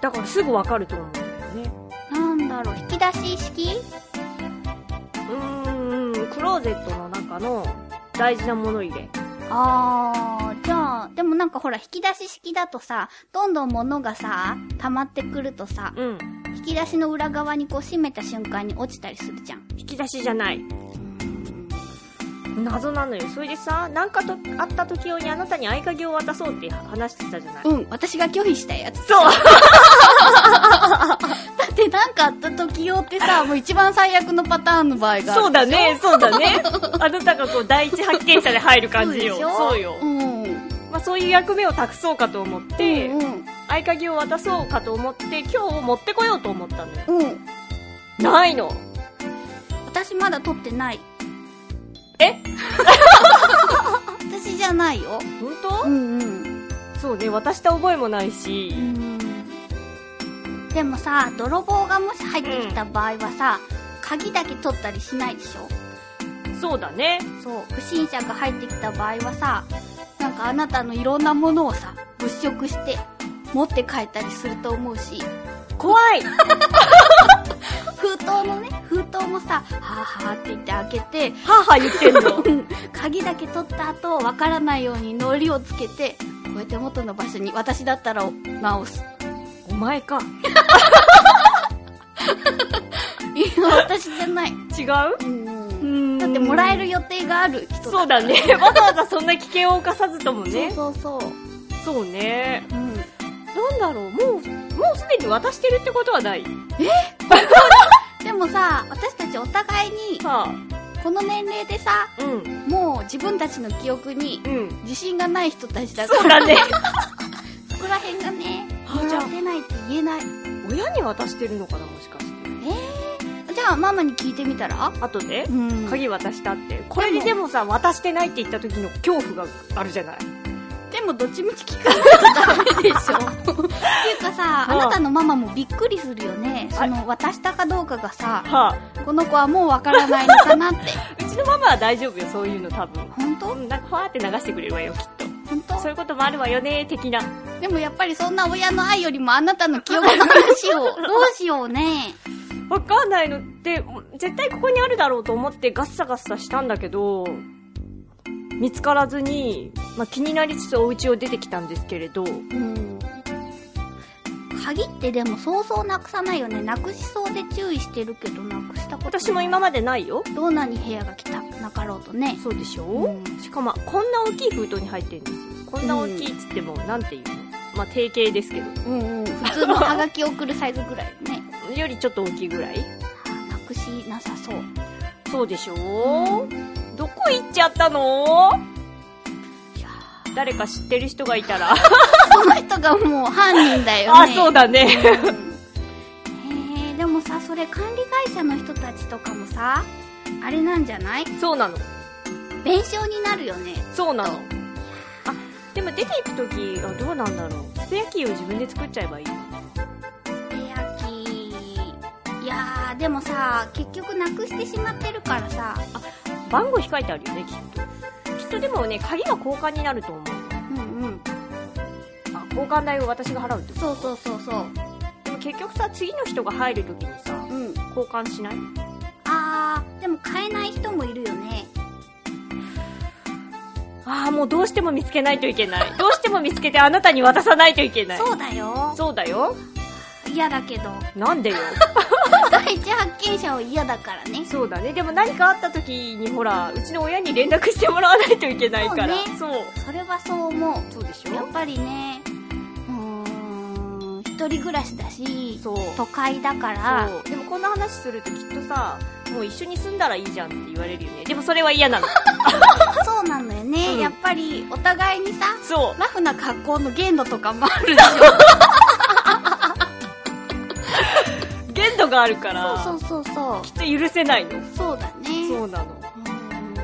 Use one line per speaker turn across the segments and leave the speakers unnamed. だからすぐわかると思うんだよね。
なんだろう、引き出し式
うーん、クローゼットの中の大事なもの入れ。
あー、じゃあ、でもなんかほら、引き出し式だとさ、どんどん物がさ、溜まってくるとさ、
うん。
引き出しの裏側にこう閉めた瞬間に落ちたりするじゃん。
引き出しじゃない。
うん。
謎なのよ。それでさ、なんかと、あった時用にあなたに合鍵を渡そうって話してたじゃない。
うん、私が拒否したやつ。
そう
だってなんかあった時用って さ、もう一番最悪のパターンの場合がある
そうだね、そうだね。あなたがこう、第一発見者で入る感じよ。
そうでしょ
そうよ
う。ん。うん。
まあそういう役目を託そうかと思って、
うん。
合鍵を渡そうかと思って、今日持ってこようと思ったのよ。
うん。
ないの。
私まだ取ってない。
え
私じゃないよ。
本
う
当
んうん。
そうね、渡した覚えもないし
う。ん。でもさ、泥棒がもし入ってきた場合はさ、鍵だけ取ったりしないでしょ
そうだね。
そう。不審者が入ってきた場合はさ、なんかあなたのいろんなものをさ、物色して、持って帰ったりすると思うし。
怖い。
封筒のね、封筒もさ、はぁはぁって言って開けて、
母言ってん の。
鍵だけ取った後、わからないように糊をつけて、こうやって元の場所に私だったら直す。
お前か。
いや、私じゃない。
違う
うん。
ん
だってもらえる予定がある人
そうだね。 わざわざそんな危険を冒さずとも
そう
ね。
そうそう。
そうね。
うん。
なんだろう、もう、もうすでに渡してるってことはない。
でもさ、私たちお互いに、
さ
この年齢でさ、
あ、うん、
もう自分たちの記憶に
うん。
自信がない人たちだか
そう
ら、
だね。
そこら辺がね、
あじゃあ
やってないって言えない。
親に渡してるのかな、もしかして。
じゃあママに聞いてみたら
後で
うん
鍵渡したって。これで
で
でもさ、渡してないって言った時の恐怖があるじゃない。
でもどっちみち聞かないとダメでしょ。っていうかさ、
うん
あなたのママもびっくりするよね。その、渡したかどうかがさ、
はあ、
この子はもうわからないのかなって。
うちのママは大丈夫よ、そういうの多分。
ほんと
うん、なんかファーって流してくれるわよ、きっ
ほんと
と。そういうこともあるわよね、的な。
でもやっぱりそんな親の愛よりもあなたの記憶の話 を、どうしようね。
わかんないのって、絶対ここにあるだろうと思ってガッサガッサしたんだけど、見つからずに、まあ、気になりつつお家を出てきたんですけれど、
うん。鍵ってでもそうそうなくさないよね。なくしそうで注意してるけど、なくしたこと
私も今までないよ。
どんなに部屋が来た、なかろうとね。
そうでしょ、
うん
しかも、こんな大きい封筒に入ってるんですよ。こんな大きいっつっても、なんていうのまあ、定型ですけど。
うんうん。普通のハガキ送るサイズぐらいよね。
よりちょっと大きいぐらい
なくしなさそう。
そうでしょどこ行っちゃったの
いや
誰か知ってる人がいたら。
ーこの人がもう犯人だよ
あ、
ね。
そうだね。
うんへえでもさそれ管理会社の人たちとかもさあれなんじゃない
そうなの。
弁償になるよね
そうなの。あ、でも出ていくときがどうなんだろう。スペアキーを自分で作っちゃえばいい。
手焼きいやーでもさ結局なくしてしまってるからさ
番号控えてあるよね、きっと。きっとでもね、鍵が交換になると思う。
うんうん
あ、交換代を私が払うってこ
そうそうそうそう
と。でも結局さ、次の人が入るときにさ、
うん
交換しない
あーでも買えない人もいるよね
ああ、もうどうしても見つけないといけない。どうしても見つけてあなたに渡さないといけない。
そうだよ
そうだよ。
嫌だけど
なんでよ。
第一発見者は嫌だからね
そうだね。でも何かあった時にほら、うちの親に連絡してもらわないといけないから。そう,、
それはそう思う
そう。でし
やっ
ょ
ぱりねうーん一人暮らしだし
そう。
都会だから
そう。でもこんな話するときっとさ、もう一緒に住んだらいいじゃんって言われるよね。でも それは嫌なの。
そうなのよね、
うん
やっぱりお互いにさ
そう。
ラフな格好の限度とかもある
限度があるから、
そうそうそうそう
きっと許せないの。
そうだね
そうなの。
うんや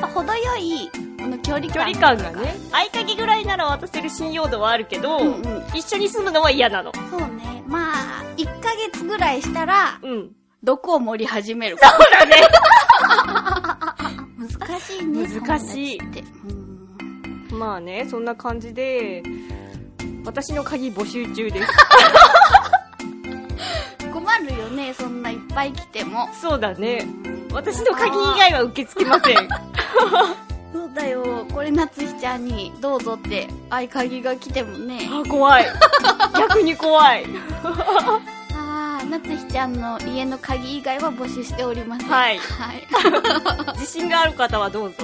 っぱ程よいこの距離
距
感
離感がね、合鍵ぐらいなら渡せる信用度はあるけど、
うんうん
一緒に住むのは嫌なの。
そうねまあ1ヶ月ぐらいしたら
うん。
毒を盛り始めるから
そうだね。
難しいね
難し
友達
い
ってうん
まあね、そんな感じで、私の鍵募集中です。
困るよねそんないっぱい来ても
そうだね。私の鍵以外は受け付けませ ん。
そうだよこれ夏日ちゃんにどうぞって合鍵が来てもね
あ、怖 い。逆に怖い。
ああ夏日ちゃんの家の鍵以外は募集しておりません
はい
はい
自信がある方はどうぞ。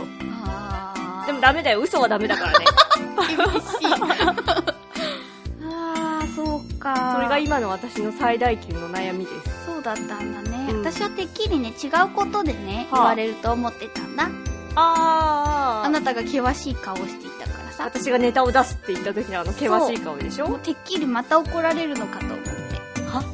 あー
でもダメだよ。嘘はダメだからね。
厳しい ああそうか
それが今の私の最大級の悩みです。
そうだったんだね、
うん
私はてっきりね違うことでね、
はあ
言われると思ってたんだ
あー。
あなたが険しい顔していたからさ
私がネタを出すって言った時のあの険しい顔でし
も
ょ
うてっきりまた怒られるのかと思って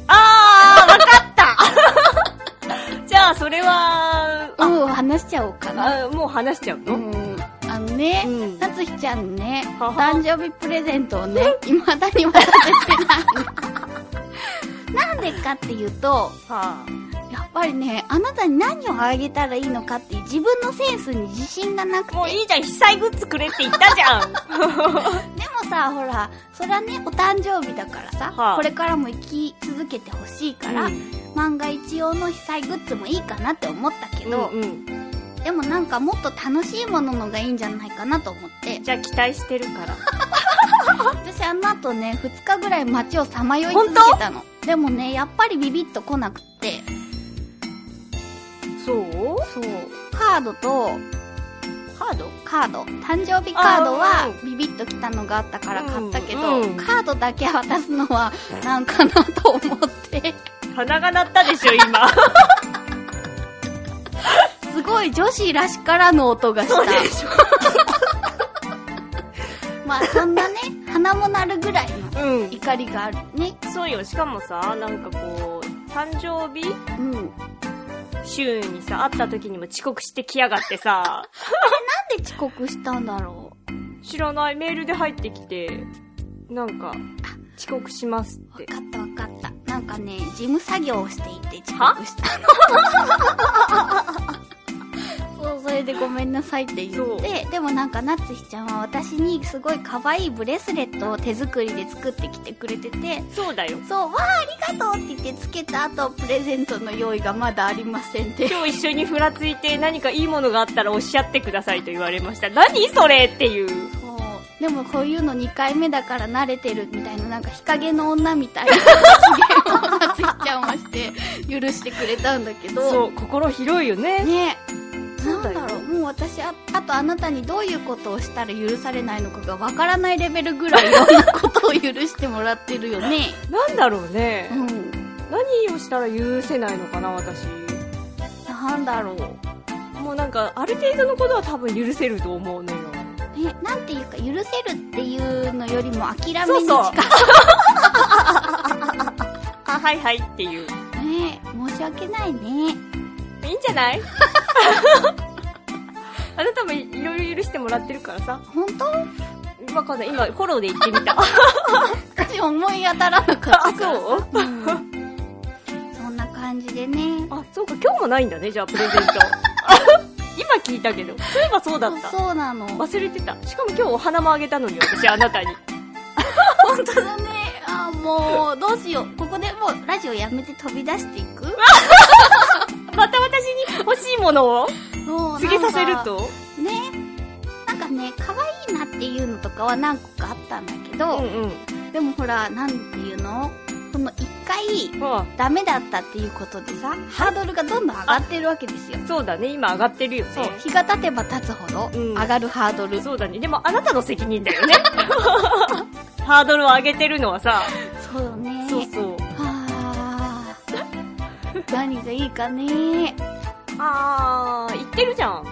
あー、わかったじゃあ、それは、あ
うん話しちゃおうかな
あ、もう話しちゃう
う
の、
んあのね、
うん
夏日ちゃんね、
はは
誕生日プレゼントを ね、未だに渡せてない。なんでかっていうと、
は
やっぱりね、あなたに何をあげたらいいのかっていう自分のセンスに自信がなく
あ、
て。
もういいじゃん、被災グッズくれって言ったじゃん
でもさ、ほら、それはね、お誕生日だからさ、
はあ
これからも生き続けてほしいから、
うん
万が一用の被災グッズもいいかなって思ったけど、
うんうん
でもなんかもっと楽しいもののがいいんじゃないかなと思って、
じゃあ期待してるから。
私あの後ね、2日ぐらい街をさまよい続けたの。でもね、やっぱりビビッと来なくって、
そう
そう、カードと、
カード
カード、誕生日カードは
あー
ビビッと来たのがあったから買ったけど、
うんうん
カードだけ渡すのはなんかなと思って、
鼻が鳴ったでしょ、今。
すごい女子らしからぬ音がし
そうで
た。
しょ。
まあそんなね、鼻も鳴るぐらいの
うん。
怒りがあるね。
そうよ、しかもさ、なんかこう、誕生日
うん。なんで
週にさ、会った時にも遅刻してきやがってさ、
遅刻したんだろ
知らないメールで入ってきて、なんか、遅刻しますっ
う。わ
て。
かったわかった。なんかね、事務作業をしていて遅刻したの。そう、それでごめんなさいって言
そ
っ
う
て、でもなんか、なつひちゃんは私にすごい可愛いブレスレットを手作りで作ってきてくれてて、
そうだよ。
そう、わあ、ありがとうって言ってつけた後、プレゼントの用意がまだありませんって。
今日一緒にふらついて何かいいものがあったらおっしゃってくださいと言われました。何それっていう。
そうでもこういうの2回目だから慣れてるみたいな、なんか日陰の女みたいな発言をなつひちゃんはして、許してくれたんだけど。
そう、心広いよね。
ね
そう
な
だ
ん
よ
だろうもう私ああとあなたにどういうことをしたら許されないのかがわからないレベルぐらいいろんなことを許してもらってるよね
なんだろうね
う。ん
何をしたら許せないのかな、私。
なんだろう
もうなんか、ある程度のことは多分許せると思うのよ。
えなんていうか許せるっていうのよりも諦め
そう
に
そう
近い
あ、はいはいっていう。
ね申し訳ないね
いいんじゃない あなたもいろいろ許してもらってるからさ。
本当
わかんない。今、フォローで言ってみた。
私思い当たらなかったから、
あ そう
ん、そんな感じでね
あ、そうか、今日もないんだね、じゃあ、プレ ゼント。今聞いたけど。そういえばそうだった。
そうなの本
忘れてた。しかも今日お花もあげたのに、私、あなたに。
当だねあーもうどうしようここでもうラジオやめて飛び出していく
また私に欲しいものを
そう
告げさせる
なんか
と
ねなんかね可愛いなっていうのとかは何個かあったんだけ
う
ど、
んうん。
でもほらなんていうのその一回
ま
ダメだったっていうことでさハードルがどんどん上がってるわけですよ
あ、そうだね、今上がってるよね。
そう日が経てば経つほど
うん
上がるハードル、
そうだね。でも、あなたの責任だよね。 ハードルを上げてるのはさ、
そうだね
そうそう。
はー何がいいかね
あー、言ってるじゃん。ん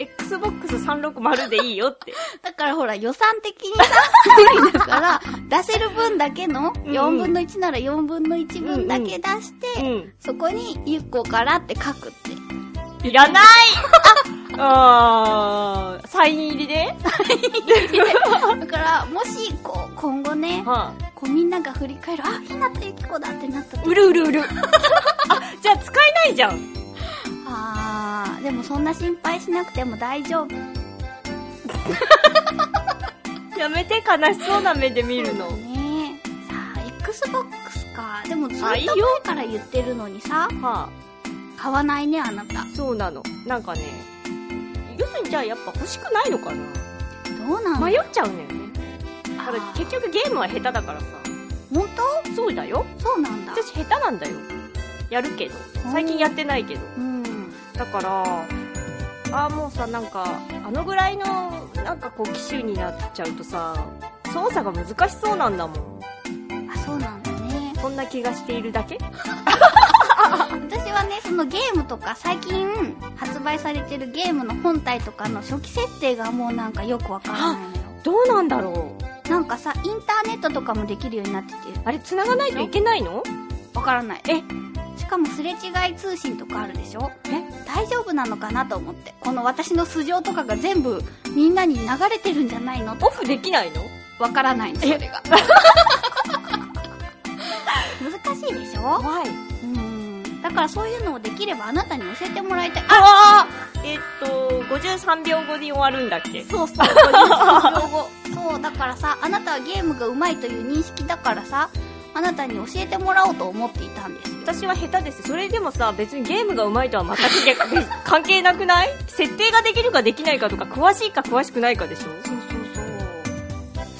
?Xbox360 でいいよって。
だからほら予算的にさ 無理だから出せる分だけの
うん
4分の1なら4分の1分だけ出して、
うん。
そこに1個からって書くって。
いらないあー、サイン入りで
だから、もし、こう、今後ね、
は
こうみんなが振り返る、あ、ひなたゆきこだってなった
あ、
時
うるうるうる。あ、じゃあ使えないじゃん。
あー、でもそんな心配しなくても大丈夫。
やめて悲しそうな目で見るの。
ねさあ、Xbox か。でもずっと
あい
前
いよ
から言ってるのにさ、
はあ、
買わないね、あなた。
そうなの。なんかね、要するにじゃあやっぱ欲しくないのかな
どうなの
迷っちゃうんだよね。だから
あー
結局ゲームは下手だからさ。
本
そうだよ。
当そうなんだ。
私下手なんだよ。やるけど。最近やってないけど。
うん。
だから、あーもうさ、なんか、あのぐらいの、なんかこう、機種になっちゃうとさ、操作が難しそうなんだもん。
あ、そうなんだね。
そんな気がしているだけ
私はね、そのゲームとか、最近発売されてるゲームの本体とかの初期設定がもうなんかよくわからないのよ。
どうなんだろう
なんかさ、インターネットとかもできるようになってて、
あれ、繋がないといけないの
わからない。
え
しかもすれ違い通信とかあるでしょ
え
大丈夫なのかなと思って。この私の素性とかが全部みんなに流れてるんじゃないの
オフできないの
わからないの、それが。 難しいでしょ
怖い。
うん。だからそういうのをできればあなたに教えてもらいたい。あ
ああえっと、53秒後に終わるんだっけ
そうそう、53秒後。そう、だからさ、あなたはゲームが上手いという認識だからさ、あなたに教えてもらおうと思っていたんですよ。
私は下手です。それでもさ、別にゲームが上手いとは全くげ 関係なくない設定ができるかできないかとか、詳しいか詳しくないかでしょ
そうそう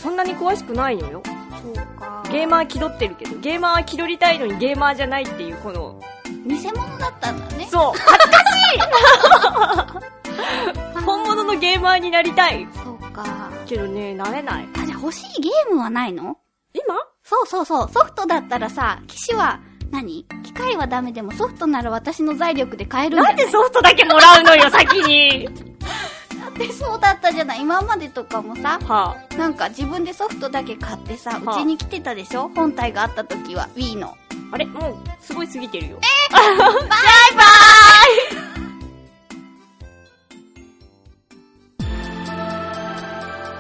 そんなに詳しくないのよ。
そう。そうか。
ゲーマー気取ってるけど、ゲーマーは気取りたいのにゲーマーじゃないっていう、この、
偽物だったんだね。
そう、本物のゲーマーになりたい。
そうか。
けどね、なれない。
あ、じゃあ欲しいゲームはないの
今
そうそうそう。ソフトだったらさ、機種は何、機械はダメでもソフトなら私の財力で買えるんじ
な
ゃ
ん
ない
でソフトだけもらうの よ、先に。
だってそうだったじゃない。今までとかもさ、
は
なんか自分でソフトだけ買ってさ、う
あ
ちに来てたでしょ本体があった時は、Wii の。
あ、あれもう、すごい過ぎてるよ。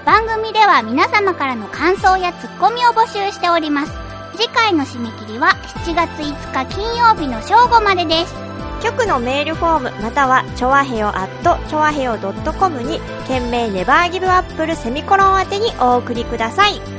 番組では皆様からの感想やツッコミを募集しております次回の締め切りは7月5日金曜日の正午までです
局のメールフォームまたはチョアヘヨアットチョアヘヨ .com に件名ネバーギブアップルセミコロン宛てにお送りください